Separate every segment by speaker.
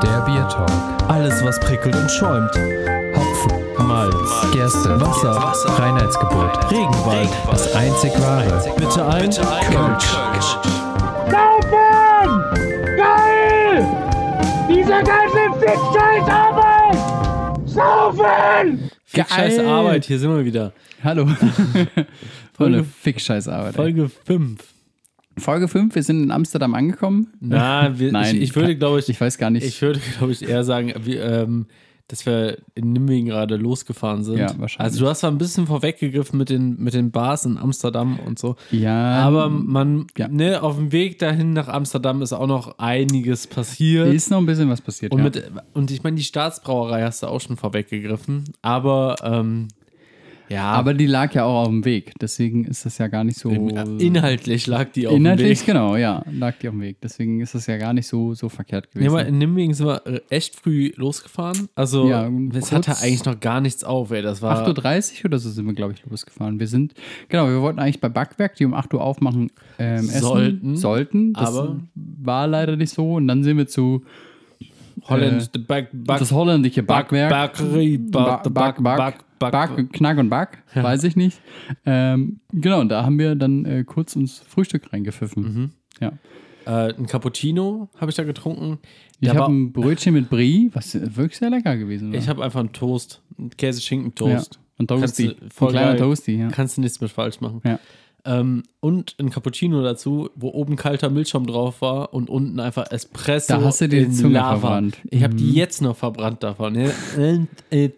Speaker 1: Talk. Alles, was prickelt und schäumt. Hopfen, Malz, Gerste, Wasser, Reinheitsgebot, Regenwald, das einzig wahre. Bitte ein Kölsch.
Speaker 2: Kaufen! Geil! Diese ganze Fick-Scheiß-Arbeit! Saufen!
Speaker 3: Fick
Speaker 4: Geil.
Speaker 3: scheiß Arbeit, hier sind wir wieder.
Speaker 4: Hallo. Voll eine
Speaker 3: Folge-
Speaker 4: Fick-Scheiß-Arbeit. ey.
Speaker 3: Folge 5.
Speaker 4: Folge 5, wir sind in Amsterdam angekommen.
Speaker 3: Na, wir,
Speaker 4: Nein,
Speaker 3: ich, ich würde, glaube ich,
Speaker 4: Ich weiß gar nicht.
Speaker 3: ich würde, glaube ich, eher sagen, wir, ähm, dass wir in Nimwegen gerade losgefahren sind.
Speaker 4: Ja, wahrscheinlich.
Speaker 3: Also du hast zwar ein bisschen vorweggegriffen mit den, mit den Bars in Amsterdam und so.
Speaker 4: ja,
Speaker 3: Aber man,
Speaker 4: ja.
Speaker 3: ne, auf dem Weg dahin nach Amsterdam ist auch noch einiges passiert.
Speaker 4: ist noch ein bisschen was passiert.
Speaker 3: und,
Speaker 4: ja.
Speaker 3: mit, und ich meine, die Staatsbrauerei hast du auch schon vorweggegriffen. Aber, ähm, ja,
Speaker 4: aber die lag ja auch auf dem Weg. Deswegen ist das ja gar nicht so.
Speaker 3: inhaltlich lag die auf dem Weg.
Speaker 4: Inhaltlich, genau, ja. Lag die auf dem Weg. Deswegen ist das ja gar nicht so, so verkehrt
Speaker 3: Ja, aber
Speaker 4: gewesen.
Speaker 3: in Nimwegen sind wir äh, echt früh losgefahren. Also,
Speaker 4: Ja,
Speaker 3: es
Speaker 4: kurz-
Speaker 3: hatte eigentlich noch gar nichts auf, ey. Das war.
Speaker 4: 8.30 Uhr oder so sind wir, glaube ich, losgefahren. Wir sind, genau, wir wollten eigentlich bei Backwerk, die um 8 Uhr aufmachen, ähm, essen.
Speaker 3: Sollten.
Speaker 4: Sollten. Das
Speaker 3: Aber-
Speaker 4: war leider nicht so. Und dann sind wir zu
Speaker 3: Holland, the back, back,
Speaker 4: äh, das holländische
Speaker 3: back,
Speaker 4: Backwerk.
Speaker 3: Bakery,
Speaker 4: Ba-
Speaker 3: back,
Speaker 4: Back, Back, Back, Knack und Back, weiß ich nicht. Ähm, genau, und da haben wir dann äh, kurz uns Frühstück reingepfiffen.
Speaker 3: Mhm.
Speaker 4: Ja.
Speaker 3: Äh, ein Cappuccino habe ich da getrunken.
Speaker 4: Ich
Speaker 3: Der war-
Speaker 4: habe ein Brötchen mit Brie, was wirklich sehr lecker gewesen war.
Speaker 3: ich hab einfach einen Toast. Einen Käse-Schinken-Toast.
Speaker 4: Toast. Ja. Und Toasty.
Speaker 3: Kannst du-
Speaker 4: Voll
Speaker 3: voll
Speaker 4: ein kleiner
Speaker 3: geil.
Speaker 4: Toasty, ja.
Speaker 3: Kannst du nichts mit falsch machen.
Speaker 4: Ja.
Speaker 3: Ähm, und ein Cappuccino dazu, wo oben kalter Milchschaum drauf war und unten einfach Espresso.
Speaker 4: Da hast du dir die
Speaker 3: in
Speaker 4: Zunge verbrannt. Mhm.
Speaker 3: Ich habe die jetzt noch verbrannt davon. Ja. Und, äh,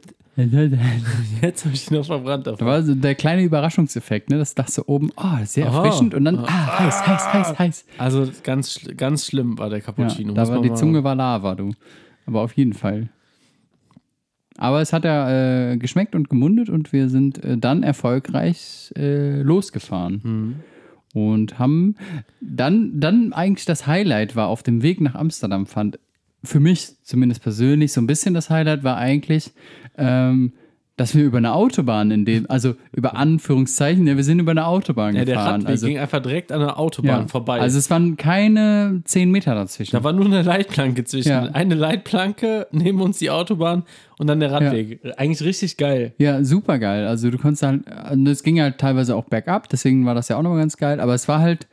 Speaker 3: Jetzt habe ich die noch verbrannt
Speaker 4: Da
Speaker 3: davon.
Speaker 4: war so der kleine Überraschungseffekt, ne? Das dachte du oben, oh, sehr
Speaker 3: Aha.
Speaker 4: erfrischend und dann, ah, heiß, heiß, heiß, heiß.
Speaker 3: Also ganz, schl- ganz schlimm war der
Speaker 4: Ja,
Speaker 3: Cappuccino.
Speaker 4: da
Speaker 3: muss
Speaker 4: war
Speaker 3: man
Speaker 4: die
Speaker 3: mal-
Speaker 4: Zunge war Lava, du. Aber auf jeden Fall. Aber es hat ja äh, geschmeckt und gemundet und wir sind äh, dann erfolgreich äh, losgefahren.
Speaker 3: Mhm.
Speaker 4: Und haben dann, dann eigentlich das Highlight war auf dem Weg nach Amsterdam, fand für mich zumindest persönlich so ein bisschen das Highlight war eigentlich, ähm, dass wir über eine Autobahn in dem, also über Anführungszeichen, ja, wir sind über eine Autobahn
Speaker 3: Ja, der
Speaker 4: gefahren.
Speaker 3: Radweg
Speaker 4: also,
Speaker 3: ging einfach direkt an der Autobahn
Speaker 4: ja.
Speaker 3: vorbei.
Speaker 4: Also es waren keine zehn Meter dazwischen.
Speaker 3: da war nur eine Leitplanke zwischen.
Speaker 4: Ja.
Speaker 3: Eine Leitplanke, neben uns die Autobahn und dann der Radweg. Eigentlich richtig geil.
Speaker 4: Ja, super geil. Also du konntest halt, und es ging halt teilweise auch bergab, deswegen war das ja auch nochmal ganz geil, aber es war halt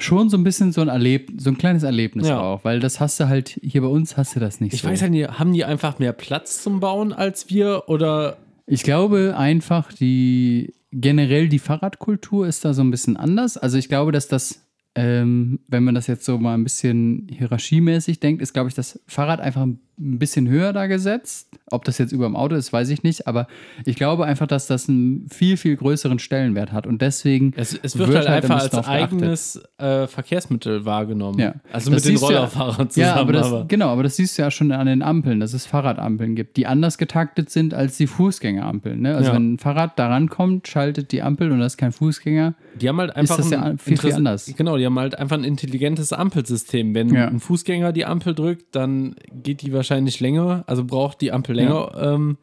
Speaker 4: schon so ein bisschen so ein Erleb so ein kleines Erlebnis
Speaker 3: Ja.
Speaker 4: auch, weil das hast du halt, hier bei uns hast du das nicht
Speaker 3: Ich
Speaker 4: so.
Speaker 3: weiß halt ja nicht, haben die einfach mehr Platz zum Bauen als wir oder
Speaker 4: Ich glaube einfach, die generell die Fahrradkultur ist da so ein bisschen anders. Also ich glaube, dass das, ähm, wenn man das jetzt so mal ein bisschen hierarchiemäßig denkt, ist, glaube ich, das Fahrrad einfach ein bisschen höher da gesetzt. Ob das jetzt über dem Auto ist, weiß ich nicht. Aber ich glaube einfach, dass das einen viel, viel größeren Stellenwert hat. Und deswegen.
Speaker 3: es, es wird, halt
Speaker 4: ein
Speaker 3: einfach
Speaker 4: bisschen
Speaker 3: als
Speaker 4: drauf geachtet.
Speaker 3: eigenes äh, Verkehrsmittel wahrgenommen.
Speaker 4: Ja.
Speaker 3: Also mit
Speaker 4: Das
Speaker 3: den
Speaker 4: siehst du ja-
Speaker 3: Rollerfahrern zusammen.
Speaker 4: Ja, aber das,
Speaker 3: aber-
Speaker 4: genau, aber das siehst du ja schon an den Ampeln, dass es Fahrradampeln gibt, die anders getaktet sind als die Fußgängerampeln. Ne? Also
Speaker 3: Ja.
Speaker 4: wenn ein Fahrrad da rankommt, schaltet die Ampel und das ist kein Fußgänger.
Speaker 3: Die haben halt einfach
Speaker 4: das ja
Speaker 3: ein
Speaker 4: viel, viel
Speaker 3: Interesse-
Speaker 4: anders.
Speaker 3: Genau, die haben halt einfach ein intelligentes Ampelsystem. Wenn
Speaker 4: Ja.
Speaker 3: ein Fußgänger die Ampel drückt, dann geht die wahrscheinlich länger, also braucht die Ampel länger. Ähm,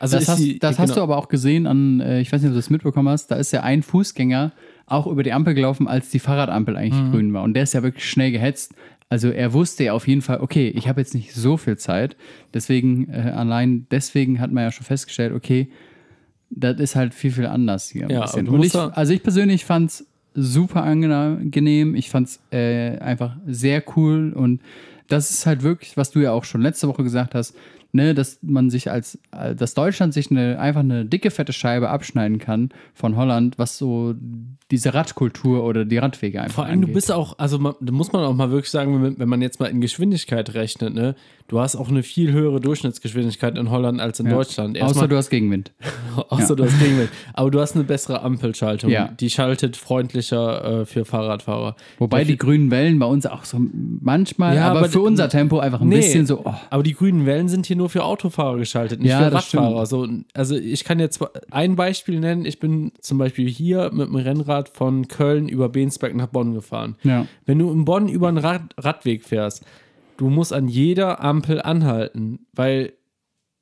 Speaker 3: also
Speaker 4: Das,
Speaker 3: ist
Speaker 4: hast,
Speaker 3: die,
Speaker 4: das hast du
Speaker 3: genau.
Speaker 4: aber auch gesehen an, äh, ich weiß nicht, ob du das mitbekommen hast, da ist ja ein Fußgänger auch über die Ampel gelaufen, als die Fahrradampel eigentlich
Speaker 3: Mhm.
Speaker 4: grün war. Und der ist ja wirklich schnell gehetzt. Also er wusste ja auf jeden Fall, okay, ich habe jetzt nicht so viel Zeit. Deswegen, äh, allein deswegen hat man ja schon festgestellt, okay, das ist halt viel, viel anders hier. Ein
Speaker 3: Ja,
Speaker 4: bisschen.
Speaker 3: aber du
Speaker 4: Und
Speaker 3: musst
Speaker 4: ich,
Speaker 3: da-
Speaker 4: also ich persönlich fand es super angenehm. Ich fand es äh, einfach sehr cool. Und das ist halt wirklich, was du ja auch schon letzte Woche gesagt hast, ne, dass man sich als, äh, dass Deutschland sich eine, einfach eine dicke, fette Scheibe abschneiden kann von Holland, was so diese Radkultur oder die Radwege einfach
Speaker 3: Vor allem, du
Speaker 4: angeht.
Speaker 3: bist auch, also man, da muss man auch mal wirklich sagen, wenn, wenn man jetzt mal in Geschwindigkeit rechnet, ne, du hast auch eine viel höhere Durchschnittsgeschwindigkeit in Holland als in
Speaker 4: Ja.
Speaker 3: Deutschland.
Speaker 4: Außer
Speaker 3: Erstmal,
Speaker 4: du hast Gegenwind.
Speaker 3: außer
Speaker 4: ja.
Speaker 3: du hast Gegenwind. Aber du hast eine bessere Ampelschaltung.
Speaker 4: Ja.
Speaker 3: Die schaltet freundlicher äh, für Fahrradfahrer.
Speaker 4: Wobei die grünen Wellen bei uns auch so manchmal,
Speaker 3: Ja,
Speaker 4: aber,
Speaker 3: aber
Speaker 4: für
Speaker 3: d-
Speaker 4: unser Tempo einfach ein
Speaker 3: Nee.
Speaker 4: bisschen so, oh,
Speaker 3: Aber die grünen Wellen sind hier nur für Autofahrer geschaltet, nicht
Speaker 4: Ja,
Speaker 3: für
Speaker 4: das
Speaker 3: Radfahrer. So, also ich kann jetzt ein Beispiel nennen. Ich bin zum Beispiel hier mit dem Rennrad von Köln über Bensberg nach Bonn gefahren.
Speaker 4: Ja.
Speaker 3: Wenn du in Bonn über einen Rad Radweg fährst, du musst an jeder Ampel anhalten, weil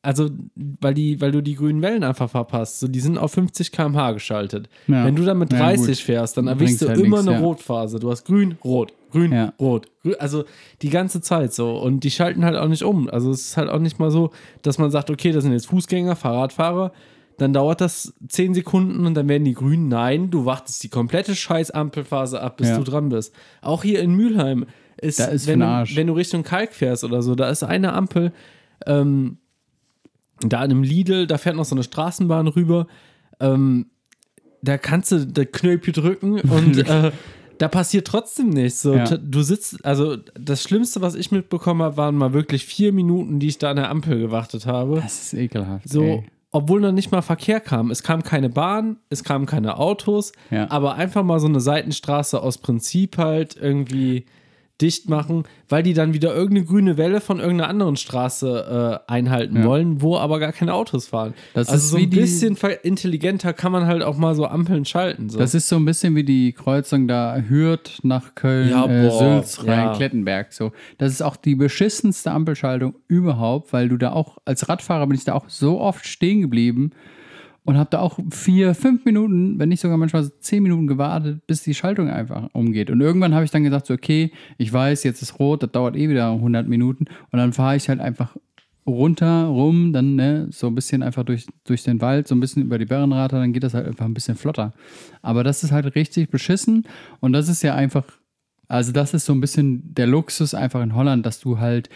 Speaker 3: also weil die, weil du die grünen Wellen einfach verpasst. So, die sind auf 50 km/h geschaltet.
Speaker 4: Ja.
Speaker 3: Wenn du dann mit
Speaker 4: Ja,
Speaker 3: 30
Speaker 4: gut.
Speaker 3: fährst, dann
Speaker 4: Dann
Speaker 3: erwischst
Speaker 4: links
Speaker 3: du
Speaker 4: halt
Speaker 3: immer
Speaker 4: links,
Speaker 3: eine
Speaker 4: ja.
Speaker 3: Rotphase. Du hast grün, rot, grün,
Speaker 4: Ja.
Speaker 3: rot, grün. Also die ganze Zeit so. Und die schalten halt auch nicht um. Also es ist halt auch nicht mal so, dass man sagt, okay, das sind jetzt Fußgänger, Fahrradfahrer. Dann dauert das 10 Sekunden und dann werden die grün. Nein, du wartest die komplette scheiß Ampelphase ab, bis
Speaker 4: Ja.
Speaker 3: du dran bist. Auch hier in Mülheim ist,
Speaker 4: Da ist
Speaker 3: wenn,
Speaker 4: für'n
Speaker 3: du,
Speaker 4: Arsch.
Speaker 3: wenn du Richtung Kalk fährst oder so, da ist eine Ampel, ähm, da an einem Lidl, da fährt noch so eine Straßenbahn rüber. Ähm, da kannst du den Knöpfchen drücken und äh, da passiert trotzdem nichts. So,
Speaker 4: Ja.
Speaker 3: t- Du sitzt, also das Schlimmste, was ich mitbekommen habe, waren mal wirklich vier Minuten, die ich da an der Ampel gewartet habe.
Speaker 4: Das ist ekelhaft.
Speaker 3: So,
Speaker 4: ey.
Speaker 3: obwohl noch nicht mal Verkehr kam. Es kam keine Bahn, es kamen keine Autos,
Speaker 4: Ja.
Speaker 3: aber einfach mal so eine Seitenstraße aus Prinzip halt irgendwie dicht machen, weil die dann wieder irgendeine grüne Welle von irgendeiner anderen Straße äh, einhalten
Speaker 4: Ja.
Speaker 3: wollen, wo aber gar keine Autos fahren.
Speaker 4: Das
Speaker 3: also
Speaker 4: ist
Speaker 3: so
Speaker 4: wie
Speaker 3: ein
Speaker 4: die-
Speaker 3: bisschen ver- intelligenter kann man halt auch mal so Ampeln schalten. So.
Speaker 4: Das ist so ein bisschen wie die Kreuzung da Hürth nach Köln,
Speaker 3: Ja,
Speaker 4: äh,
Speaker 3: boah,
Speaker 4: Sülz, Rhein,
Speaker 3: ja.
Speaker 4: Klettenberg. So. Das ist auch die beschissenste Ampelschaltung überhaupt, weil du da auch, als Radfahrer bin ich da auch so oft stehen geblieben und habe da auch vier, fünf Minuten, wenn nicht sogar manchmal zehn Minuten gewartet, bis die Schaltung einfach umgeht. Und irgendwann habe ich dann gesagt, so, okay, ich weiß, jetzt ist rot, das dauert eh wieder 100 Minuten. Und dann fahre ich halt einfach runter, rum, dann ne, so ein bisschen einfach durch, durch den Wald, so ein bisschen über die Bärenrater, dann geht das halt einfach ein bisschen flotter. Aber das ist halt richtig beschissen und das ist ja einfach, also das ist so ein bisschen der Luxus einfach in Holland, dass du halt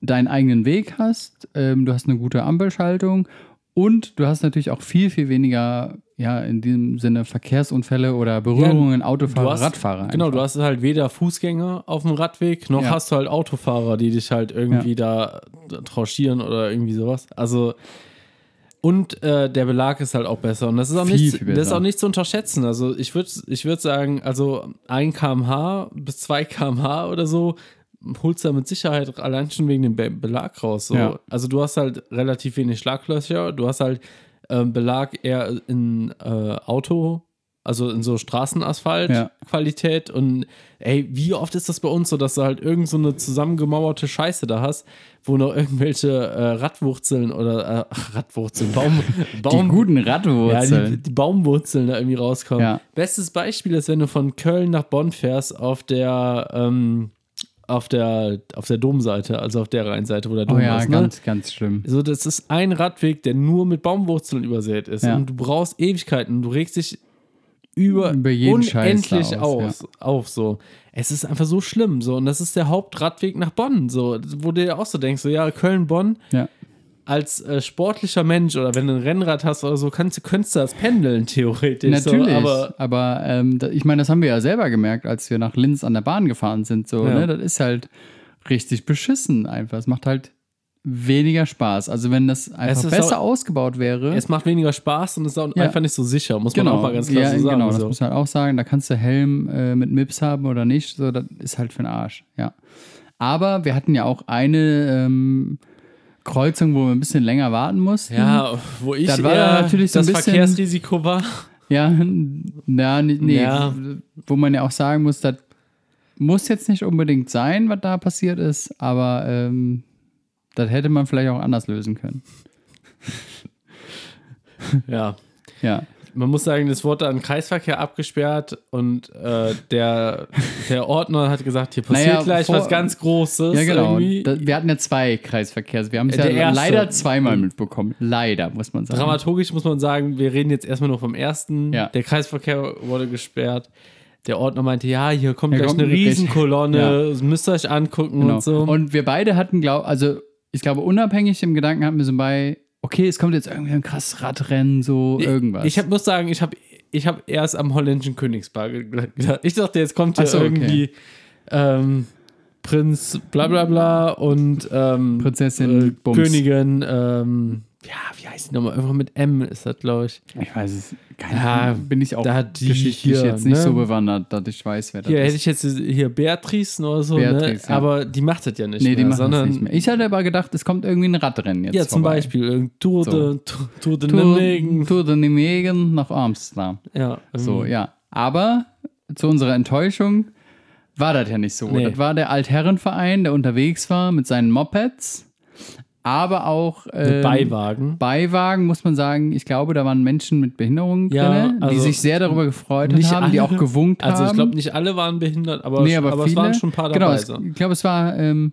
Speaker 4: deinen eigenen Weg hast, ähm, du hast eine gute Ampelschaltung und du hast natürlich auch viel, viel weniger, ja, in dem Sinne Verkehrsunfälle oder Berührungen, Autofahrer, Radfahrer.
Speaker 3: Genau,
Speaker 4: einfach.
Speaker 3: du hast halt weder Fußgänger auf dem Radweg, noch
Speaker 4: Ja.
Speaker 3: hast du halt Autofahrer, die dich halt irgendwie da tranchieren oder irgendwie sowas. Also und äh, der Belag ist halt auch besser. Und das ist auch,
Speaker 4: Viel,
Speaker 3: nicht,
Speaker 4: viel
Speaker 3: das ist
Speaker 4: besser.
Speaker 3: auch nicht zu unterschätzen. Also ich würde ich würd sagen, also 1 kmh bis 2 kmh oder so holst du da mit Sicherheit allein schon wegen dem Be Belag raus. So.
Speaker 4: Ja.
Speaker 3: Also du hast halt relativ wenig Schlaglöcher, du hast halt ähm, Belag eher in äh, Auto, also in so
Speaker 4: Ja.
Speaker 3: Straßenasphalt-Qualität. Und ey, wie oft ist das bei uns so, dass du halt irgend so eine zusammengemauerte Scheiße da hast, wo noch irgendwelche äh, Radwurzeln oder äh, ach, Radwurzeln, Baum,
Speaker 4: die
Speaker 3: Baum,
Speaker 4: guten
Speaker 3: ja,
Speaker 4: Radwurzeln.
Speaker 3: die, die Baumwurzeln da irgendwie rauskommen.
Speaker 4: Ja.
Speaker 3: Bestes Beispiel ist, wenn du von Köln nach Bonn fährst auf der ähm, auf der auf der Domseite, also auf der Rheinseite, wo der Dom
Speaker 4: oh ja,
Speaker 3: ist. Ne?
Speaker 4: ganz, ganz schlimm.
Speaker 3: So, das ist ein Radweg, der nur mit Baumwurzeln übersät ist.
Speaker 4: Ja.
Speaker 3: Und du brauchst Ewigkeiten. Du regst dich über,
Speaker 4: Über jeden Scheiß da
Speaker 3: unendlich
Speaker 4: aus,
Speaker 3: aus, auf. So. Es ist einfach so schlimm. So. Und das ist der Hauptradweg nach Bonn. So. Wo du dir auch so denkst, so ja, Köln-Bonn,
Speaker 4: Ja.
Speaker 3: als äh, sportlicher Mensch oder wenn du ein Rennrad hast oder so, kannst, du- könntest du das pendeln, theoretisch.
Speaker 4: Natürlich,
Speaker 3: So.
Speaker 4: aber,
Speaker 3: Aber
Speaker 4: ähm, da, ich meine, das haben wir ja selber gemerkt, als wir nach Linz an der Bahn gefahren sind. So,
Speaker 3: Ja.
Speaker 4: ne? Das ist halt richtig beschissen einfach. Es macht halt weniger Spaß. Also wenn das einfach
Speaker 3: ist
Speaker 4: besser
Speaker 3: auch-
Speaker 4: ausgebaut wäre.
Speaker 3: es macht weniger Spaß und ist auch
Speaker 4: Ja.
Speaker 3: einfach nicht so sicher, muss man auch mal ganz klar
Speaker 4: ja,
Speaker 3: so sagen.
Speaker 4: genau, das
Speaker 3: so.
Speaker 4: muss man halt auch sagen. Da kannst du Helm äh, mit MIPS haben oder nicht. So, das ist halt für den Arsch, ja. Aber wir hatten ja auch eine ähm, Kreuzung, wo wir ein bisschen länger warten mussten.
Speaker 3: Ja, wo ich
Speaker 4: Das war
Speaker 3: eher
Speaker 4: natürlich so ein
Speaker 3: das
Speaker 4: bisschen-
Speaker 3: Verkehrsrisiko war.
Speaker 4: Ja, na, nee, nee.
Speaker 3: Ja.
Speaker 4: wo man ja auch sagen muss, das muss jetzt nicht unbedingt sein, was da passiert ist, aber ähm, das hätte man vielleicht auch anders lösen können.
Speaker 3: Ja.
Speaker 4: Ja,
Speaker 3: Man muss sagen, es wurde an Kreisverkehr abgesperrt und äh, der, der Ordner hat gesagt, hier passiert
Speaker 4: Naja,
Speaker 3: gleich
Speaker 4: vor-
Speaker 3: was ganz Großes.
Speaker 4: ja genau.
Speaker 3: Irgendwie. Äh,
Speaker 4: Da, wir hatten ja zwei Kreisverkehrs. Wir haben es ja
Speaker 3: Der erste.
Speaker 4: leider zweimal mitbekommen. Leider, muss man sagen.
Speaker 3: Dramaturgisch muss man sagen, wir reden jetzt erstmal nur vom ersten.
Speaker 4: Ja.
Speaker 3: Der Kreisverkehr wurde gesperrt. Der Ordner meinte, ja, hier kommt
Speaker 4: Hier
Speaker 3: gleich
Speaker 4: kommt
Speaker 3: eine
Speaker 4: wirklich-
Speaker 3: Riesenkolonne,
Speaker 4: Ja.
Speaker 3: das müsst ihr euch angucken
Speaker 4: Genau.
Speaker 3: und so.
Speaker 4: Und wir beide hatten, glaube also ich glaube, unabhängig im Gedanken hatten wir so bei, okay, es kommt jetzt irgendwie ein krasses Radrennen, so irgendwas.
Speaker 3: Ich hab, muss sagen, ich habe ich hab erst am holländischen Königspaar ge- ge- gedacht. Ich dachte, jetzt kommt hier
Speaker 4: Ach so, okay.
Speaker 3: irgendwie ähm, Prinz bla bla bla und ähm,
Speaker 4: Prinzessin
Speaker 3: äh,
Speaker 4: Bums.
Speaker 3: Königin. Ähm, ja, wie heißt die nochmal? Irgendwann mit M ist das, glaube ich.
Speaker 4: Ich weiß Also, es. Keine
Speaker 3: Ja,
Speaker 4: Ahnung. Bin ich auch
Speaker 3: da hat die
Speaker 4: geschichtlich
Speaker 3: hier,
Speaker 4: jetzt nicht
Speaker 3: ne?
Speaker 4: so bewandert, dass ich weiß, wer das
Speaker 3: Hier
Speaker 4: ist.
Speaker 3: hätte ich jetzt hier Beatrice oder so,
Speaker 4: Beatrice,
Speaker 3: ne?
Speaker 4: ja.
Speaker 3: aber die macht das ja nicht
Speaker 4: nee, die
Speaker 3: mehr.
Speaker 4: machen das
Speaker 3: sondern,
Speaker 4: nicht mehr. Ich hatte aber gedacht, es kommt irgendwie ein Radrennen jetzt.
Speaker 3: Ja, zum
Speaker 4: vorbei.
Speaker 3: Beispiel äh, irgendein Tour
Speaker 4: So.
Speaker 3: de, Tour- Tour de
Speaker 4: Tour,
Speaker 3: Nijmegen.
Speaker 4: Tour de Nijmegen nach Amsterdam.
Speaker 3: Ja, ähm,
Speaker 4: So, ja. Aber zu unserer Enttäuschung war das ja nicht so.
Speaker 3: Nee.
Speaker 4: Das war der Altherrenverein, der unterwegs war mit seinen Mopeds. aber auch ähm,
Speaker 3: Beiwagen.
Speaker 4: Beiwagen muss man sagen, ich glaube, da waren Menschen mit Behinderungen
Speaker 3: Ja,
Speaker 4: drin, die
Speaker 3: also
Speaker 4: sich sehr darüber gefreut
Speaker 3: nicht
Speaker 4: haben, die auch
Speaker 3: alle.
Speaker 4: gewunken haben.
Speaker 3: Also ich glaube, nicht alle waren behindert, aber,
Speaker 4: nee, aber,
Speaker 3: aber
Speaker 4: viele,
Speaker 3: es waren schon ein paar dabei.
Speaker 4: Genau, es,
Speaker 3: so.
Speaker 4: ich glaube, es war, ähm,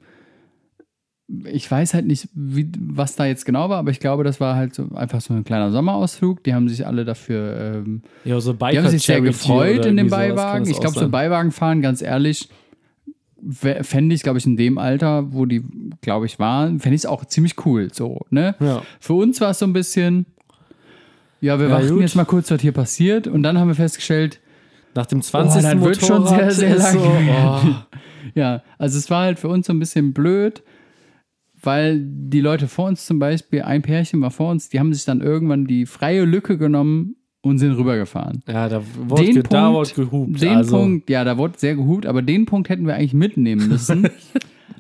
Speaker 4: ich weiß halt nicht, wie, was da jetzt genau war, aber ich glaube, das war halt so einfach so ein kleiner Sommerausflug. Die haben sich alle dafür, ähm,
Speaker 3: Ja, so
Speaker 4: die haben sich sehr
Speaker 3: Biker-Charity
Speaker 4: gefreut
Speaker 3: oder
Speaker 4: in dem
Speaker 3: irgendwie sowas kann
Speaker 4: Beiwagen.
Speaker 3: es
Speaker 4: Ich
Speaker 3: auch
Speaker 4: glaube, so
Speaker 3: sein.
Speaker 4: ein Beiwagenfahren, ganz ehrlich, wär- fände ich, glaube ich, in dem Alter, wo die, glaube ich, waren, fände ich es auch ziemlich cool, so, ne?
Speaker 3: Ja.
Speaker 4: Für uns war es so ein bisschen, ja, wir
Speaker 3: Ja,
Speaker 4: warten
Speaker 3: gut.
Speaker 4: jetzt mal kurz, was hier passiert und dann haben wir festgestellt,
Speaker 3: Nach dem 20.
Speaker 4: Oh, dann
Speaker 3: Motorrad
Speaker 4: wird schon sehr, sehr
Speaker 3: ist
Speaker 4: lang
Speaker 3: so,
Speaker 4: gewesen.
Speaker 3: oh.
Speaker 4: Ja, also es war halt für uns so ein bisschen blöd, weil die Leute vor uns zum Beispiel, ein Pärchen war vor uns, die haben sich dann irgendwann die freie Lücke genommen und sind rübergefahren.
Speaker 3: Ja, da wurde, ge da wurde gehupt.
Speaker 4: den
Speaker 3: also,
Speaker 4: Punkt, ja, da wurde sehr gehupt, aber den Punkt hätten wir eigentlich mitnehmen müssen,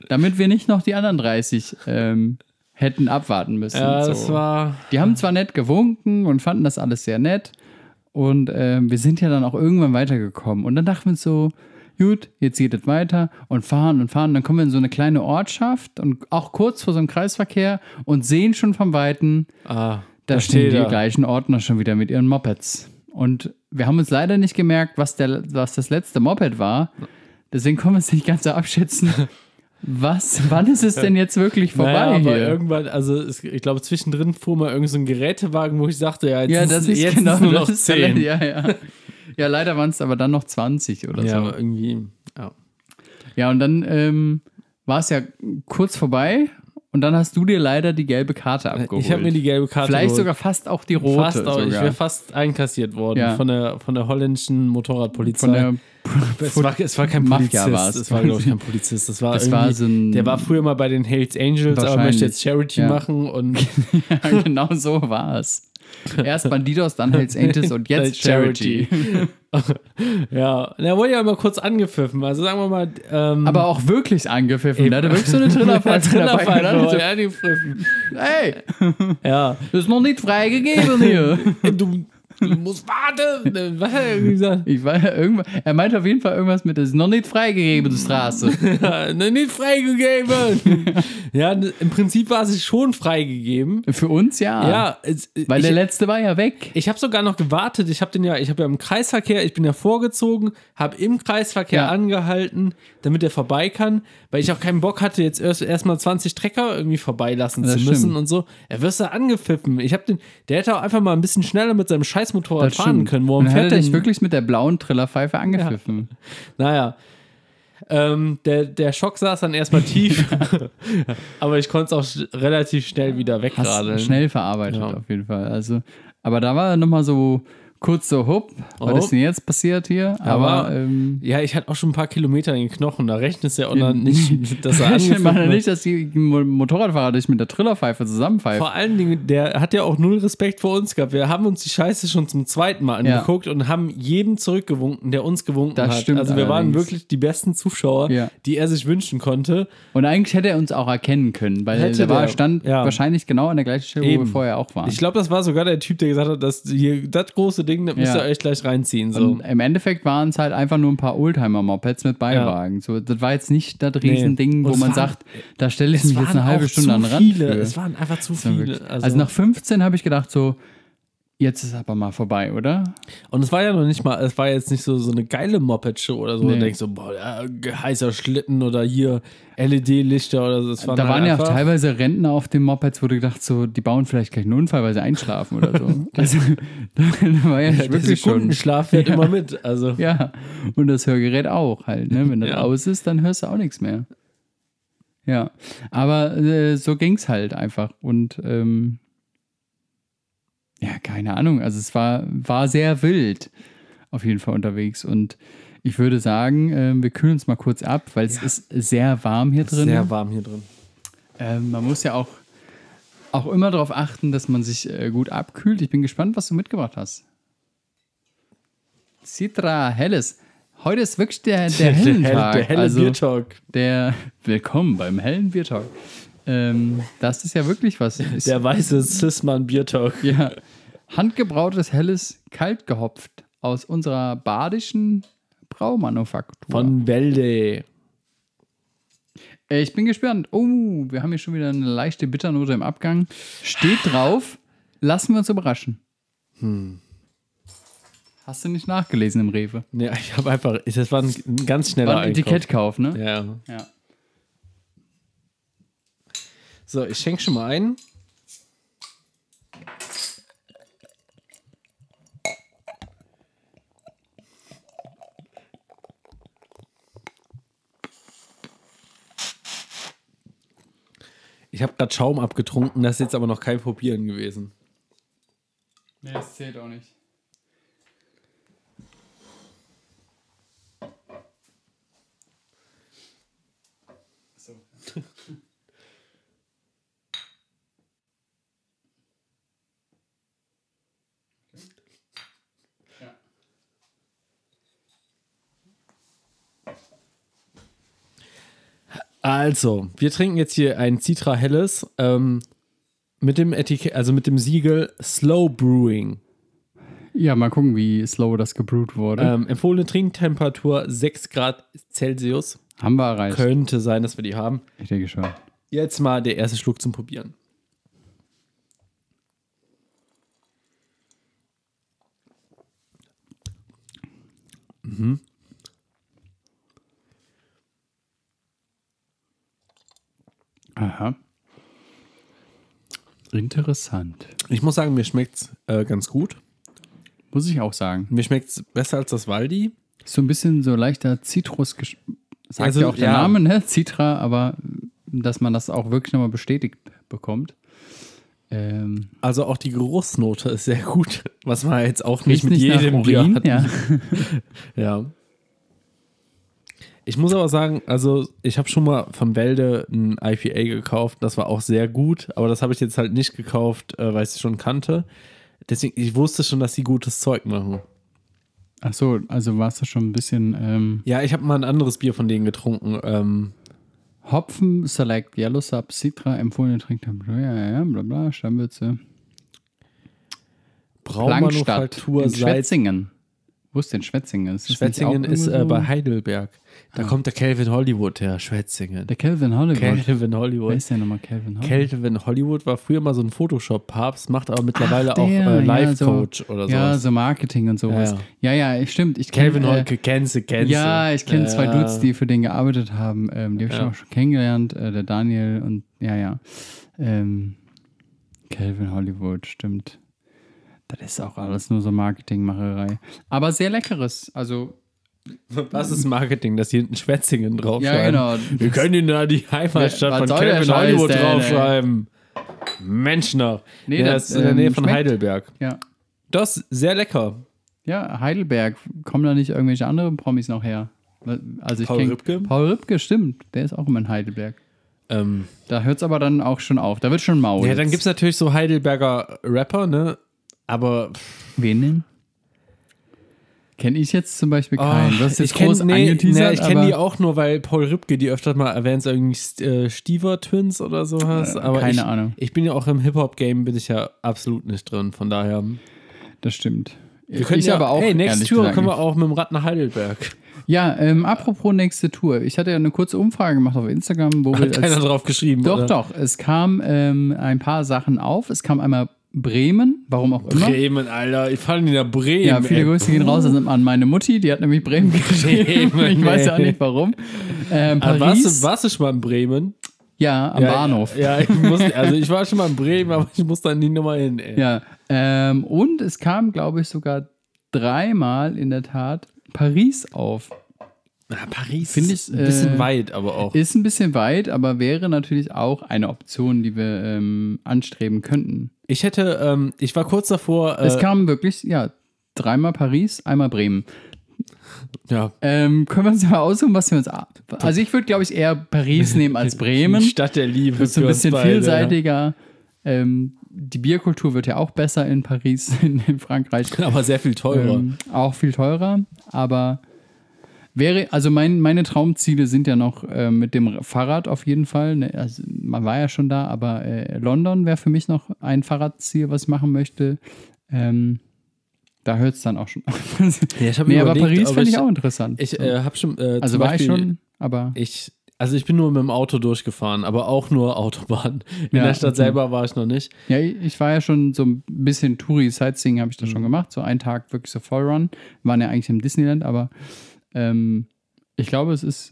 Speaker 4: damit wir nicht noch die anderen 30 ähm, hätten abwarten müssen.
Speaker 3: ja,
Speaker 4: so.
Speaker 3: das war.
Speaker 4: Die haben zwar nett gewunken und fanden das alles sehr nett. Und ähm, wir sind ja dann auch irgendwann weitergekommen. Und dann dachten wir uns so, gut, jetzt geht es weiter und fahren und fahren. Dann kommen wir in so eine kleine Ortschaft und auch kurz vor so einem Kreisverkehr und sehen schon vom Weiten,
Speaker 3: Ah,
Speaker 4: da stehen die gleichen Ordner schon wieder mit ihren Mopeds. Und wir haben uns leider nicht gemerkt, was, der, was das letzte Moped war. Deswegen können wir es nicht ganz so abschätzen. Was, wann ist es denn jetzt wirklich vorbei
Speaker 3: Naja, aber
Speaker 4: hier?
Speaker 3: irgendwann, also es, ich glaube, zwischendrin fuhr mal irgend so ein Gerätewagen, wo ich sagte, ja, jetzt,
Speaker 4: Ja,
Speaker 3: ist,
Speaker 4: das ist
Speaker 3: jetzt
Speaker 4: genau
Speaker 3: ist nur noch
Speaker 4: das ist der-
Speaker 3: 10.
Speaker 4: Ja, ja. ja, leider waren es aber dann noch 20 oder
Speaker 3: Ja,
Speaker 4: so.
Speaker 3: aber irgendwie. Ja.
Speaker 4: Ja, und dann ähm, war es ja kurz vorbei und dann hast du dir leider die gelbe Karte abgeholt.
Speaker 3: Äh, Ich habe mir die gelbe Karte
Speaker 4: Vielleicht
Speaker 3: geholt.
Speaker 4: sogar fast auch die rote.
Speaker 3: fast, auch, ich
Speaker 4: sogar.
Speaker 3: wäre fast einkassiert worden
Speaker 4: Ja.
Speaker 3: von, der, von der holländischen Motorradpolizei.
Speaker 4: Von der,
Speaker 3: es, war, es war kein
Speaker 4: Mafia
Speaker 3: Polizist.
Speaker 4: war's.
Speaker 3: Es war, glaube ich, kein Polizist. Das war,
Speaker 4: Das war
Speaker 3: irgendwie-
Speaker 4: so ein-
Speaker 3: der war früher mal bei den Hells Angels, aber möchte jetzt
Speaker 4: Wahrscheinlich,
Speaker 3: Charity
Speaker 4: ja.
Speaker 3: machen und
Speaker 4: ja, genau so war es. Erst Bandidos, dann Hells Angels und jetzt Charity.
Speaker 3: ja, der wurde ja mal kurz angepfiffen. Also sagen wir mal, ähm,
Speaker 4: Aber auch wirklich angepfiffen. Da hatte wirklich so eine Trillerpfeife dabei.
Speaker 3: Trillerpfeife
Speaker 4: Und
Speaker 3: wurde
Speaker 4: dann
Speaker 3: angepfiffen.
Speaker 4: so, Ey,
Speaker 3: Ja,
Speaker 4: das ist noch nicht freigegeben hier.
Speaker 3: du, du musst warten. Was hat er irgendwie gesagt?
Speaker 4: Ich war irgendwann, er meinte auf jeden Fall irgendwas mit, es ist noch nicht freigegeben, die Straße.
Speaker 3: Ja, noch nicht freigegeben. ja, im Prinzip war sie schon freigegeben.
Speaker 4: Für uns ja.
Speaker 3: Ja, es,
Speaker 4: Ah. Weil
Speaker 3: ich,
Speaker 4: der letzte war ja weg.
Speaker 3: Ich habe sogar noch gewartet. Ich habe den ja, ich habe ja im Kreisverkehr, ich bin ja vorgezogen, habe im Kreisverkehr
Speaker 4: Ja.
Speaker 3: angehalten, damit er vorbei kann, weil ich auch keinen Bock hatte, jetzt erst erstmal 20 Trecker irgendwie vorbeilassen
Speaker 4: Das
Speaker 3: zu müssen
Speaker 4: stimmt.
Speaker 3: und so. Er wirst da angepfiffen. Ich habe den, der hätte auch einfach mal ein bisschen schneller mit seinem Scheißmotorrad
Speaker 4: Das
Speaker 3: fahren
Speaker 4: stimmt.
Speaker 3: können. Warum
Speaker 4: Dann hat
Speaker 3: fährt
Speaker 4: er
Speaker 3: er
Speaker 4: dich wirklich mit der blauen Trillerpfeife angepfiffen.
Speaker 3: Naja. Ähm, der, der Schock saß dann erstmal tief, aber ich konnte es auch sch- relativ schnell wieder
Speaker 4: Hast
Speaker 3: wegradeln.
Speaker 4: schnell verarbeitet
Speaker 3: Ja.
Speaker 4: auf jeden Fall. Also, aber da war er nochmal so kurz so, hopp, was
Speaker 3: Hopp.
Speaker 4: ist denn jetzt passiert hier? Aber,
Speaker 3: Aber-
Speaker 4: ähm,
Speaker 3: Ja, ich hatte auch schon ein paar Kilometer in den Knochen. Da rechnest du ja auch noch nicht, dass er
Speaker 4: ich
Speaker 3: angefangen
Speaker 4: meine
Speaker 3: hat.
Speaker 4: nicht, dass die Mo- Motorradfahrer dich mit der Trillerpfeife zusammenpfeifen.
Speaker 3: Vor allen Dingen, der hat ja auch null Respekt vor uns gehabt. Wir haben uns die Scheiße schon zum zweiten Mal
Speaker 4: Ja.
Speaker 3: angeguckt und haben jedem zurückgewunken, der uns gewunken
Speaker 4: Das
Speaker 3: hat.
Speaker 4: stimmt
Speaker 3: also wir waren
Speaker 4: allerdings.
Speaker 3: wirklich die besten Zuschauer,
Speaker 4: Ja.
Speaker 3: die er sich wünschen konnte.
Speaker 4: Und eigentlich hätte er uns auch erkennen können, weil
Speaker 3: Hätte
Speaker 4: der war,
Speaker 3: der,
Speaker 4: stand
Speaker 3: ja.
Speaker 4: wahrscheinlich genau an der gleichen Stelle, wo wir
Speaker 3: Eben.
Speaker 4: vorher auch waren.
Speaker 3: Ich glaube, das war sogar der Typ, der gesagt hat, dass hier das große Ding, das müsst
Speaker 4: Ja.
Speaker 3: ihr euch gleich reinziehen. So.
Speaker 4: Und Im Endeffekt waren es halt einfach nur ein paar Oldtimer-Mopeds mit Beiwagen. So, das war jetzt nicht das Riesending,
Speaker 3: Nee.
Speaker 4: wo
Speaker 3: Und es
Speaker 4: man
Speaker 3: waren-
Speaker 4: sagt, da stelle ich mich jetzt
Speaker 3: waren
Speaker 4: eine halbe
Speaker 3: auch
Speaker 4: Stunde
Speaker 3: zu
Speaker 4: an den Rand.
Speaker 3: viele.
Speaker 4: für.
Speaker 3: Es waren einfach zu
Speaker 4: Das war
Speaker 3: viele.
Speaker 4: wirklich- also, nach 15 habe ich gedacht, so, jetzt ist aber mal vorbei, oder?
Speaker 3: Und es war ja noch nicht mal, es war jetzt nicht so, so eine geile Moped-Show oder so.
Speaker 4: Nee.
Speaker 3: Du denkst so, boah, ja, heißer Schlitten oder hier LED-Lichter oder so. Es
Speaker 4: da
Speaker 3: halt
Speaker 4: waren ja auch
Speaker 3: einfach-
Speaker 4: teilweise Rentner auf den Mopeds, wo du gedacht so, die bauen vielleicht gleich einen Unfall, weil sie einschlafen oder so. Also, da war ja,
Speaker 3: Der
Speaker 4: wirklich schon.
Speaker 3: Sekundenschlaf fährt immer mit. Also,
Speaker 4: Ja, und das Hörgerät auch halt. Ne? Wenn das
Speaker 3: Ja.
Speaker 4: aus ist, dann hörst du auch nichts mehr. Ja, aber äh, so ging es halt einfach. Und ähm, ja, keine Ahnung. Also es war, war sehr wild auf jeden Fall unterwegs. Und ich würde sagen, ähm, wir kühlen uns mal kurz ab, weil es ist sehr warm hier drin.
Speaker 3: sehr warm hier drin.
Speaker 4: Ähm, man muss ja auch, auch immer darauf achten, dass man sich äh, gut abkühlt. Ich bin gespannt, was du mitgebracht hast. Citra Helles. Heute ist wirklich der, der hellen Tag.
Speaker 3: der helle
Speaker 4: also
Speaker 3: Biertalk.
Speaker 4: der Willkommen beim hellen Biertalk. Ähm, das ist ja wirklich was. Ist,
Speaker 3: Der weiße Sisman Biertalk.
Speaker 4: ja, handgebrautes Helles, kalt gehopft aus unserer badischen Braumanufaktur.
Speaker 3: Von Welde.
Speaker 4: Äh, Ich bin gespannt. Oh, wir haben hier schon wieder eine leichte Bitternote im Abgang. Steht drauf. Lassen wir uns überraschen.
Speaker 3: Hm.
Speaker 4: Hast du nicht nachgelesen im Rewe?
Speaker 3: Ja, ich habe einfach. Das war ein, ein ganz schneller
Speaker 4: War ein
Speaker 3: Einkauf.
Speaker 4: Etikettkauf, ne?
Speaker 3: Ja.
Speaker 4: Ja.
Speaker 3: So, ich schenke schon mal ein. Ich habe gerade Schaum abgetrunken, das ist jetzt aber noch kein Probieren gewesen.
Speaker 4: Nee, das zählt auch nicht.
Speaker 3: Also, wir trinken jetzt hier ein Citra Helles ähm, mit dem Etikett, also mit dem Siegel Slow Brewing.
Speaker 4: Ja, mal gucken, wie slow das gebrüht wurde.
Speaker 3: Ähm, empfohlene Trinktemperatur 6 Grad Celsius.
Speaker 4: haben wir erreicht.
Speaker 3: Könnte sein, dass wir die haben.
Speaker 4: Ich denke schon.
Speaker 3: Jetzt mal der erste Schluck zum Probieren.
Speaker 4: Aha. Interessant.
Speaker 3: Ich muss sagen, mir schmeckt es äh, ganz gut.
Speaker 4: Muss ich auch sagen.
Speaker 3: Mir schmeckt es besser als das Waldi.
Speaker 4: Ist so ein bisschen so leichter Zitrus. Sagt
Speaker 3: Also,
Speaker 4: ja auch der
Speaker 3: ja.
Speaker 4: Name, ne? Citra, aber äh, dass man das auch wirklich nochmal bestätigt bekommt. Ähm,
Speaker 3: Also auch die Geruchsnote ist sehr gut, was man jetzt auch nicht
Speaker 4: riecht
Speaker 3: mit jedem
Speaker 4: nach
Speaker 3: Bier
Speaker 4: Urin,
Speaker 3: hat.
Speaker 4: ja.
Speaker 3: Ja. Ich muss aber sagen, also ich habe schon mal von Wälde ein IPA gekauft, das war auch sehr gut, aber das habe ich jetzt halt nicht gekauft, äh, weil ich es schon kannte. Deswegen, ich wusste schon, dass sie gutes Zeug machen.
Speaker 4: Ach so, also warst du schon ein bisschen ähm,
Speaker 3: Ja, ich habe mal ein anderes Bier von denen getrunken. Ähm,
Speaker 4: Hopfen, Select, Yellow Sub, Citra, empfohlene Trinktemperatur, ja, ja, ja, bla, bla, Stammwürze. Plankstadt
Speaker 3: Braumanufaktur
Speaker 4: in
Speaker 3: Salz.
Speaker 4: Schwetzingen. Wo ist denn Schwetzingen? Ist das nicht
Speaker 3: Schwetzingen
Speaker 4: auch
Speaker 3: ist
Speaker 4: irgendwo
Speaker 3: äh,
Speaker 4: so? Ah.
Speaker 3: bei Heidelberg. Da kommt der Calvin Hollywood her, Genau. Schwetzingen.
Speaker 4: Der Calvin Hollywood.
Speaker 3: Calvin
Speaker 4: Wer
Speaker 3: Hollywood.
Speaker 4: ist denn nochmal Calvin Hollywood?
Speaker 3: Calvin Hollywood war früher mal so ein Photoshop-Papst, macht aber mittlerweile
Speaker 4: Ach,
Speaker 3: auch
Speaker 4: der,
Speaker 3: äh,
Speaker 4: ja,
Speaker 3: Live-Coach
Speaker 4: so,
Speaker 3: oder
Speaker 4: Ja,
Speaker 3: sowas.
Speaker 4: so Marketing und sowas. Ja, ja, ich- stimmt. Ich
Speaker 3: Calvin
Speaker 4: kenn, äh,
Speaker 3: Hollywood, kennst du, kennst du.
Speaker 4: Ja, ich kenne zwei
Speaker 3: Ja.
Speaker 4: Dudes, die für den gearbeitet haben. Ähm, die habe ich
Speaker 3: Ja.
Speaker 4: auch schon kennengelernt. Äh, der Daniel und ja, ja. Ähm, Calvin Hollywood, stimmt. Das ist auch alles nur so Marketingmacherei. Aber sehr leckeres. Also,
Speaker 3: Das ist Marketing, dass hier hinten Schwetzingen draufschreiben.
Speaker 4: ja, genau.
Speaker 3: Wir können ihnen da die
Speaker 4: Was
Speaker 3: Heimatstadt von
Speaker 4: soll der
Speaker 3: Calvin
Speaker 4: Scheiß
Speaker 3: Hollywood
Speaker 4: denn, ey?
Speaker 3: draufschreiben. Mensch noch.
Speaker 4: Nee,
Speaker 3: ja,
Speaker 4: das,
Speaker 3: das ist in der Nähe
Speaker 4: ähm,
Speaker 3: von
Speaker 4: schmeckt.
Speaker 3: Heidelberg.
Speaker 4: Ja.
Speaker 3: Das ist sehr lecker.
Speaker 4: ja, Heidelberg. Kommen da nicht irgendwelche anderen Promis noch her? Also ich
Speaker 3: Paul
Speaker 4: kenn-
Speaker 3: Rübke?
Speaker 4: Paul Rübke, stimmt. Der ist auch immer in Heidelberg.
Speaker 3: Ähm,
Speaker 4: Da hört es aber dann auch schon auf. Da wird schon mau.
Speaker 3: Ja,
Speaker 4: jetzt.
Speaker 3: dann gibt es natürlich so Heidelberger Rapper, ne? Aber pff,
Speaker 4: Wen denn? Kenne ich jetzt zum Beispiel keinen.
Speaker 3: oh,
Speaker 4: das ist jetzt
Speaker 3: ich kenn-
Speaker 4: groß
Speaker 3: nee, nee,
Speaker 4: angeteasert,
Speaker 3: ich kenne die
Speaker 4: aber
Speaker 3: auch nur, weil Paul Rübke die öfter mal erwähnt, irgendwie äh, Stiever Twins oder sowas. Aber
Speaker 4: Äh, keine
Speaker 3: ich,
Speaker 4: Ahnung.
Speaker 3: Ich bin ja auch im Hip-Hop-Game, bin ich ja absolut nicht drin, von daher.
Speaker 4: das stimmt.
Speaker 3: Wir können
Speaker 4: ich
Speaker 3: ja,
Speaker 4: aber auch.
Speaker 3: Hey, nächste
Speaker 4: ehrlich
Speaker 3: Tour
Speaker 4: gesagt
Speaker 3: können wir
Speaker 4: nicht.
Speaker 3: auch mit dem Rad nach Heidelberg.
Speaker 4: Ja, ähm, apropos nächste Tour. Ich hatte ja eine kurze Umfrage gemacht auf Instagram, wo wir.
Speaker 3: Hat keiner
Speaker 4: als,
Speaker 3: drauf geschrieben.
Speaker 4: doch,
Speaker 3: oder?
Speaker 4: doch. Es kam ähm, ein paar Sachen auf. Es kam einmal Bremen, warum auch immer.
Speaker 3: Bremen, Alter. Ich fand ihn ja Bremen.
Speaker 4: Ja, viele
Speaker 3: ey.
Speaker 4: Grüße gehen raus an meine Mutti, die hat nämlich Bremen geschrieben.
Speaker 3: Bremen,
Speaker 4: ich weiß ja auch
Speaker 3: ey.
Speaker 4: nicht warum. Ähm,
Speaker 3: Aber
Speaker 4: Paris,
Speaker 3: warst, du, warst du schon mal in Bremen?
Speaker 4: ja, am
Speaker 3: ja,
Speaker 4: Bahnhof.
Speaker 3: Ja, ich musste, also ich war schon mal in Bremen, aber ich muss da nie nochmal hin, ey.
Speaker 4: Ja, ähm, und es kam, glaube ich, sogar dreimal in der Tat Paris auf.
Speaker 3: Na, Paris
Speaker 4: Finde
Speaker 3: ist
Speaker 4: ich,
Speaker 3: ein bisschen
Speaker 4: äh,
Speaker 3: weit, aber auch.
Speaker 4: Ist ein bisschen weit, aber wäre natürlich auch eine Option, die wir ähm, anstreben könnten.
Speaker 3: Ich hätte, ähm, ich war kurz davor. Äh,
Speaker 4: es kam wirklich, ja, dreimal Paris, einmal Bremen.
Speaker 3: ja,
Speaker 4: Ähm, können wir uns mal aussuchen, was wir uns. a- Also, ich würde, glaube ich, eher Paris nehmen als Bremen.
Speaker 3: die Stadt der Liebe.
Speaker 4: Wird so ein
Speaker 3: für uns
Speaker 4: bisschen
Speaker 3: beide,
Speaker 4: vielseitiger. Ähm, die Bierkultur wird ja auch besser in Paris, in, in Frankreich.
Speaker 3: Ja. Aber sehr viel teurer.
Speaker 4: Ähm, auch viel teurer, aber wäre, also mein, meine Traumziele sind ja noch äh, mit dem Fahrrad auf jeden Fall. Ne? Also man war ja schon da, aber äh, London wäre für mich noch ein Fahrradziel, was ich machen möchte. Ähm, da hört es dann auch schon auf.
Speaker 3: Ja, ich hab
Speaker 4: nee,
Speaker 3: mir
Speaker 4: aber
Speaker 3: überlegt,
Speaker 4: Paris
Speaker 3: ob
Speaker 4: finde ich
Speaker 3: ich-
Speaker 4: auch interessant.
Speaker 3: ich
Speaker 4: So.
Speaker 3: äh, habe schon. Äh,
Speaker 4: also
Speaker 3: zum
Speaker 4: war
Speaker 3: Beispiel,
Speaker 4: ich schon, aber
Speaker 3: Ich also ich bin nur mit dem Auto durchgefahren, aber auch nur Autobahn. In
Speaker 4: Ja.
Speaker 3: der Stadt selber war ich noch nicht.
Speaker 4: Ja, ich ich war ja schon so ein bisschen Touri-Sightseeing habe ich da schon
Speaker 3: Mhm.
Speaker 4: gemacht. So einen Tag wirklich so Vollrun. Wir waren ja eigentlich im Disneyland, aber ähm, ich glaube, es ist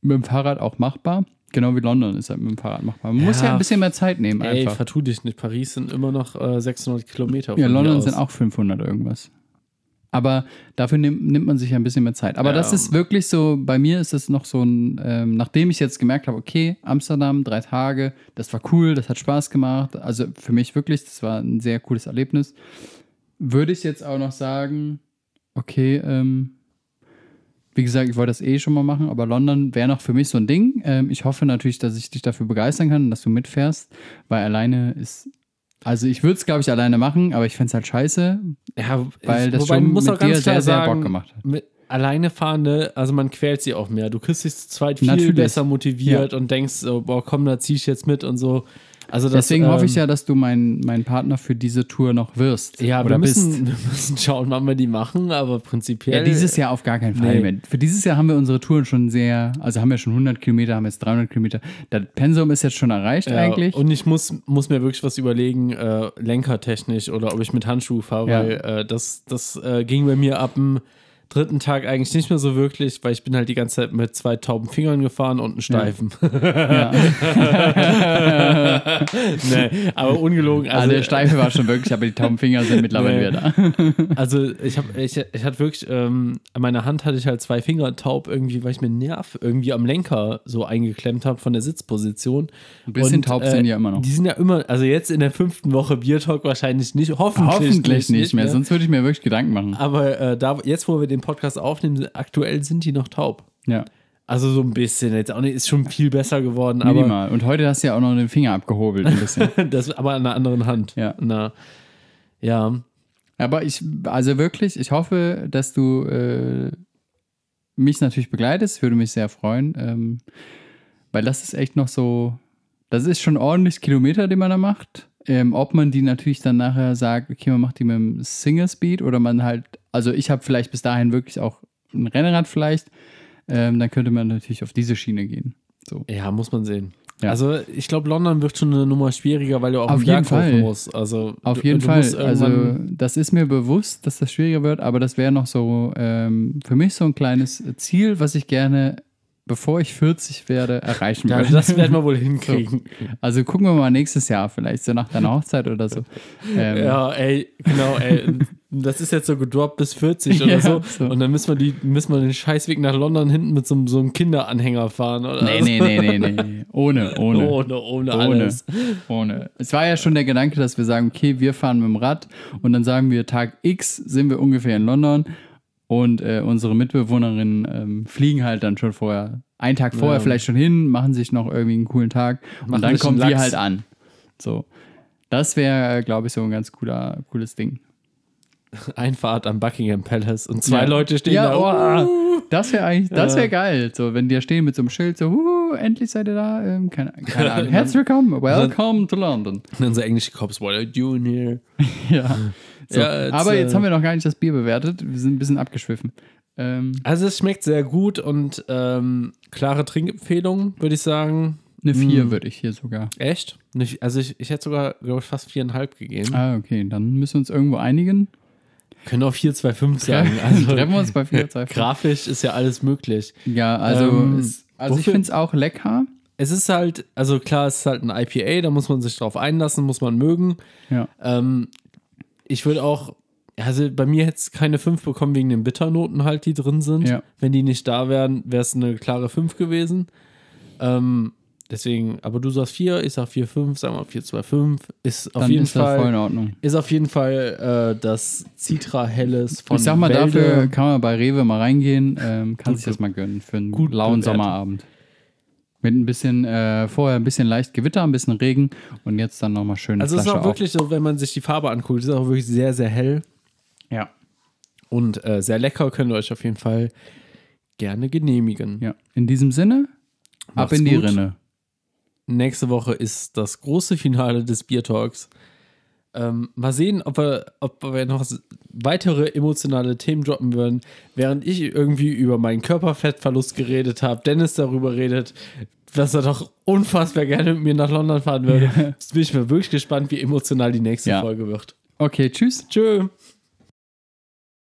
Speaker 4: mit dem Fahrrad auch machbar. Genau wie London ist halt mit dem Fahrrad machbar. Man muss
Speaker 3: Ja.
Speaker 4: ja ein bisschen mehr Zeit nehmen
Speaker 3: Ey,
Speaker 4: einfach.
Speaker 3: vertu dich nicht. Paris sind immer noch äh, 600 Kilometer.
Speaker 4: Ja,
Speaker 3: von hier
Speaker 4: London
Speaker 3: aus.
Speaker 4: sind auch 500 irgendwas. Aber dafür nimmt, nimmt man sich ja ein bisschen mehr Zeit. Aber
Speaker 3: Ja.
Speaker 4: das ist wirklich so, bei mir ist das noch so ein, ähm, nachdem ich jetzt gemerkt habe, okay, Amsterdam, drei Tage, das war cool, das hat Spaß gemacht. Also für mich wirklich, das war ein sehr cooles Erlebnis. Würde ich jetzt auch noch sagen, okay, ähm, wie gesagt, ich wollte das eh schon mal machen, aber London wäre noch für mich so ein Ding. Ähm, ich hoffe natürlich, dass ich dich dafür begeistern kann und dass du mitfährst, weil alleine ist. Also ich würde es, glaube ich, alleine machen, aber ich fände es halt scheiße,
Speaker 3: Ja,
Speaker 4: weil
Speaker 3: ich-
Speaker 4: das
Speaker 3: wobei,
Speaker 4: schon
Speaker 3: muss
Speaker 4: mit
Speaker 3: auch ganz
Speaker 4: dir
Speaker 3: klar
Speaker 4: sehr, sehr
Speaker 3: sagen,
Speaker 4: Bock gemacht hat.
Speaker 3: Mit alleine fahrende, also man quält sie auch mehr. Du kriegst dich zu zweit viel
Speaker 4: Natürlich.
Speaker 3: besser motiviert und denkst, so, boah, komm, da zieh ich jetzt mit und so. Also das,
Speaker 4: Deswegen hoffe ich
Speaker 3: ähm,
Speaker 4: ja, dass du mein, mein Partner für diese Tour noch wirst.
Speaker 3: ja,
Speaker 4: oder
Speaker 3: wir müssen,
Speaker 4: bist.
Speaker 3: wir müssen schauen, wann wir die machen, aber prinzipiell.
Speaker 4: Ja, dieses Jahr auf gar keinen Fall.
Speaker 3: Nee.
Speaker 4: mehr. Für dieses Jahr haben wir unsere Touren schon sehr, also haben wir schon 100 Kilometer, haben jetzt 300 Kilometer. Das Pensum ist jetzt schon erreicht
Speaker 3: Ja,
Speaker 4: eigentlich.
Speaker 3: Und ich muss, muss mir wirklich was überlegen, äh, lenkertechnisch oder ob ich mit Handschuh fahre,
Speaker 4: Ja.
Speaker 3: weil äh, das, das äh, ging bei mir ab dem dritten Tag eigentlich nicht mehr so wirklich, weil ich bin halt die ganze Zeit mit zwei tauben Fingern gefahren und einem Steifen.
Speaker 4: ja.
Speaker 3: nee, aber ungelogen.
Speaker 4: also,
Speaker 3: Also,
Speaker 4: der Steife war schon wirklich, aber die Taubenfinger sind mittlerweile
Speaker 3: Nee.
Speaker 4: wieder da.
Speaker 3: also ich habe, ich, ich hatte wirklich, ähm, an meiner Hand hatte ich halt zwei Finger taub irgendwie, weil ich mir einen Nerv irgendwie am Lenker so eingeklemmt habe von der Sitzposition. Ein
Speaker 4: bisschen taub sind die ja immer noch.
Speaker 3: Die sind ja immer, also jetzt in der fünften Woche Biertalk wahrscheinlich nicht, hoffentlich,
Speaker 4: Hoffentlich nicht mehr,
Speaker 3: ne?
Speaker 4: sonst würde ich mir wirklich Gedanken machen.
Speaker 3: Aber äh, da, jetzt, wo wir den Podcast aufnehmen, sind- aktuell sind die noch taub.
Speaker 4: Ja,
Speaker 3: Also so ein bisschen. Jetzt auch nicht, ist schon viel besser geworden, aber,
Speaker 4: minimal. Und heute hast du ja auch noch den Finger abgehobelt ein bisschen.
Speaker 3: das, aber an einer anderen Hand.
Speaker 4: Ja.
Speaker 3: Na, ja.
Speaker 4: aber ich, also wirklich, ich hoffe, dass du äh, mich natürlich begleitest. Würde mich sehr freuen. Ähm, weil das ist echt noch so, das ist schon ordentlich Kilometer, den man da macht. Ähm, ob man die natürlich dann nachher sagt, okay, man macht die mit dem Single Speed oder man halt, also ich habe vielleicht bis dahin wirklich auch ein Rennrad vielleicht, ähm, dann könnte man natürlich auf diese Schiene gehen. So.
Speaker 3: ja, muss man sehen.
Speaker 4: Ja.
Speaker 3: Also ich glaube, London wird schon eine Nummer schwieriger, weil du auch
Speaker 4: Auf
Speaker 3: einen Berg
Speaker 4: jeden Fall.
Speaker 3: hoch musst. Also,
Speaker 4: Auf
Speaker 3: du,
Speaker 4: jeden
Speaker 3: du
Speaker 4: Fall.
Speaker 3: Musst
Speaker 4: Also,
Speaker 3: irgendwann-
Speaker 4: das ist mir bewusst, dass das schwieriger wird, aber das wäre noch so ähm, für mich so ein kleines Ziel, was ich gerne, bevor ich 40 werde, erreichen
Speaker 3: ja,
Speaker 4: würde.
Speaker 3: das werden wir wohl hinkriegen.
Speaker 4: also gucken wir mal nächstes Jahr, vielleicht so nach deiner Hochzeit oder so. Ähm,
Speaker 3: Ja, ey, genau, ey. Das ist jetzt so gedroppt bis 40 oder
Speaker 4: Ja,
Speaker 3: so.
Speaker 4: so.
Speaker 3: Und dann müssen wir, die, müssen wir den Scheißweg nach London hinten mit so, einem- so einem Kinderanhänger fahren. Oder?
Speaker 4: Nee, nee, nee, nee, nee. Ohne, ohne.
Speaker 3: Ohne, ohne
Speaker 4: Ohne.
Speaker 3: alles.
Speaker 4: Ohne. Es war ja schon der Gedanke, dass wir sagen, okay, wir fahren mit dem Rad und dann sagen wir, Tag X sind wir ungefähr in London und äh, unsere Mitbewohnerinnen ähm, fliegen halt dann schon vorher, einen Tag vorher
Speaker 3: Ja.
Speaker 4: vielleicht schon hin, machen sich noch irgendwie einen coolen Tag
Speaker 3: Machen
Speaker 4: und dann
Speaker 3: sich
Speaker 4: kommen
Speaker 3: einen
Speaker 4: wir
Speaker 3: Lachs.
Speaker 4: halt an. So. Das wäre, glaube ich, so ein ganz cooler, cooles Ding.
Speaker 3: Einfahrt am Buckingham Palace und zwei
Speaker 4: Ja.
Speaker 3: Leute stehen
Speaker 4: ja,
Speaker 3: da.
Speaker 4: Oh, das wäre eigentlich, das wäre geil. So, wenn die da stehen mit so einem Schild, so, uh, endlich seid ihr da. Ähm, keine, keine Ahnung. Herzlich willkommen. Welcome to London.
Speaker 3: Und dann so englische Cops, what are you doing here?
Speaker 4: Ja. So.
Speaker 3: Ja, jetzt,
Speaker 4: Aber jetzt
Speaker 3: äh,
Speaker 4: haben wir noch gar nicht das Bier bewertet. Wir sind ein bisschen abgeschwiffen. Ähm,
Speaker 3: Also es schmeckt sehr gut und ähm, klare Trinkempfehlung, würde ich sagen.
Speaker 4: eine 4 würde ich hier sogar.
Speaker 3: Echt? Nicht- Also ich, ich hätte sogar, glaube ich, fast viereinhalb gegeben.
Speaker 4: Ah, okay. Dann müssen wir uns irgendwo einigen.
Speaker 3: Können auch 4,25 sagen. Also
Speaker 4: Treffen wir uns bei 4 2
Speaker 3: grafisch ist ja alles möglich.
Speaker 4: Ja, also,
Speaker 3: Ähm,
Speaker 4: es, also ich
Speaker 3: wofür-
Speaker 4: finde es auch lecker.
Speaker 3: Es ist halt, also klar, es ist halt ein IPA, da muss man sich drauf einlassen, muss man mögen.
Speaker 4: Ja.
Speaker 3: Ähm, ich würde auch, also bei mir hätte es keine 5 bekommen wegen den Bitternoten halt, die drin sind.
Speaker 4: Ja.
Speaker 3: Wenn die nicht da wären, wäre es eine klare 5 gewesen. Ähm, deswegen, aber du sagst 4, ich sag 4, 5, sagen wir 4, 2, 5. Ist auf
Speaker 4: Dann
Speaker 3: jeden
Speaker 4: ist das voll in
Speaker 3: Fall.
Speaker 4: Ordnung.
Speaker 3: Ist auf jeden Fall äh, das Citra Helles von
Speaker 4: Ich sag mal,
Speaker 3: Wälder.
Speaker 4: dafür kann man bei Rewe mal reingehen, ähm, kann sich das mal gönnen für einen
Speaker 3: gut
Speaker 4: lauen
Speaker 3: bewertet.
Speaker 4: Sommerabend. Mit ein bisschen, äh, vorher ein bisschen leicht Gewitter, ein bisschen Regen und jetzt dann nochmal schöne
Speaker 3: Also es ist
Speaker 4: Flasche
Speaker 3: auch wirklich so, wenn man sich die Farbe anguckt, ist auch wirklich sehr, sehr hell
Speaker 4: auf. Ja.
Speaker 3: und äh, sehr lecker. Könnt ihr euch auf jeden Fall gerne genehmigen.
Speaker 4: ja. In diesem Sinne, ab
Speaker 3: Macht's
Speaker 4: in die
Speaker 3: gut.
Speaker 4: Rinne.
Speaker 3: Nächste Woche ist das große Finale des Bier Talks. Ähm, mal sehen, ob wir, ob wir noch s- weitere emotionale Themen droppen würden, während ich irgendwie über meinen Körperfettverlust geredet habe, Dennis darüber redet, dass er doch unfassbar gerne mit mir nach London fahren würde. Jetzt bin ich mal wirklich gespannt, wie emotional die nächste
Speaker 4: Ja.
Speaker 3: Folge wird.
Speaker 4: Okay, tschüss.
Speaker 3: Tschö.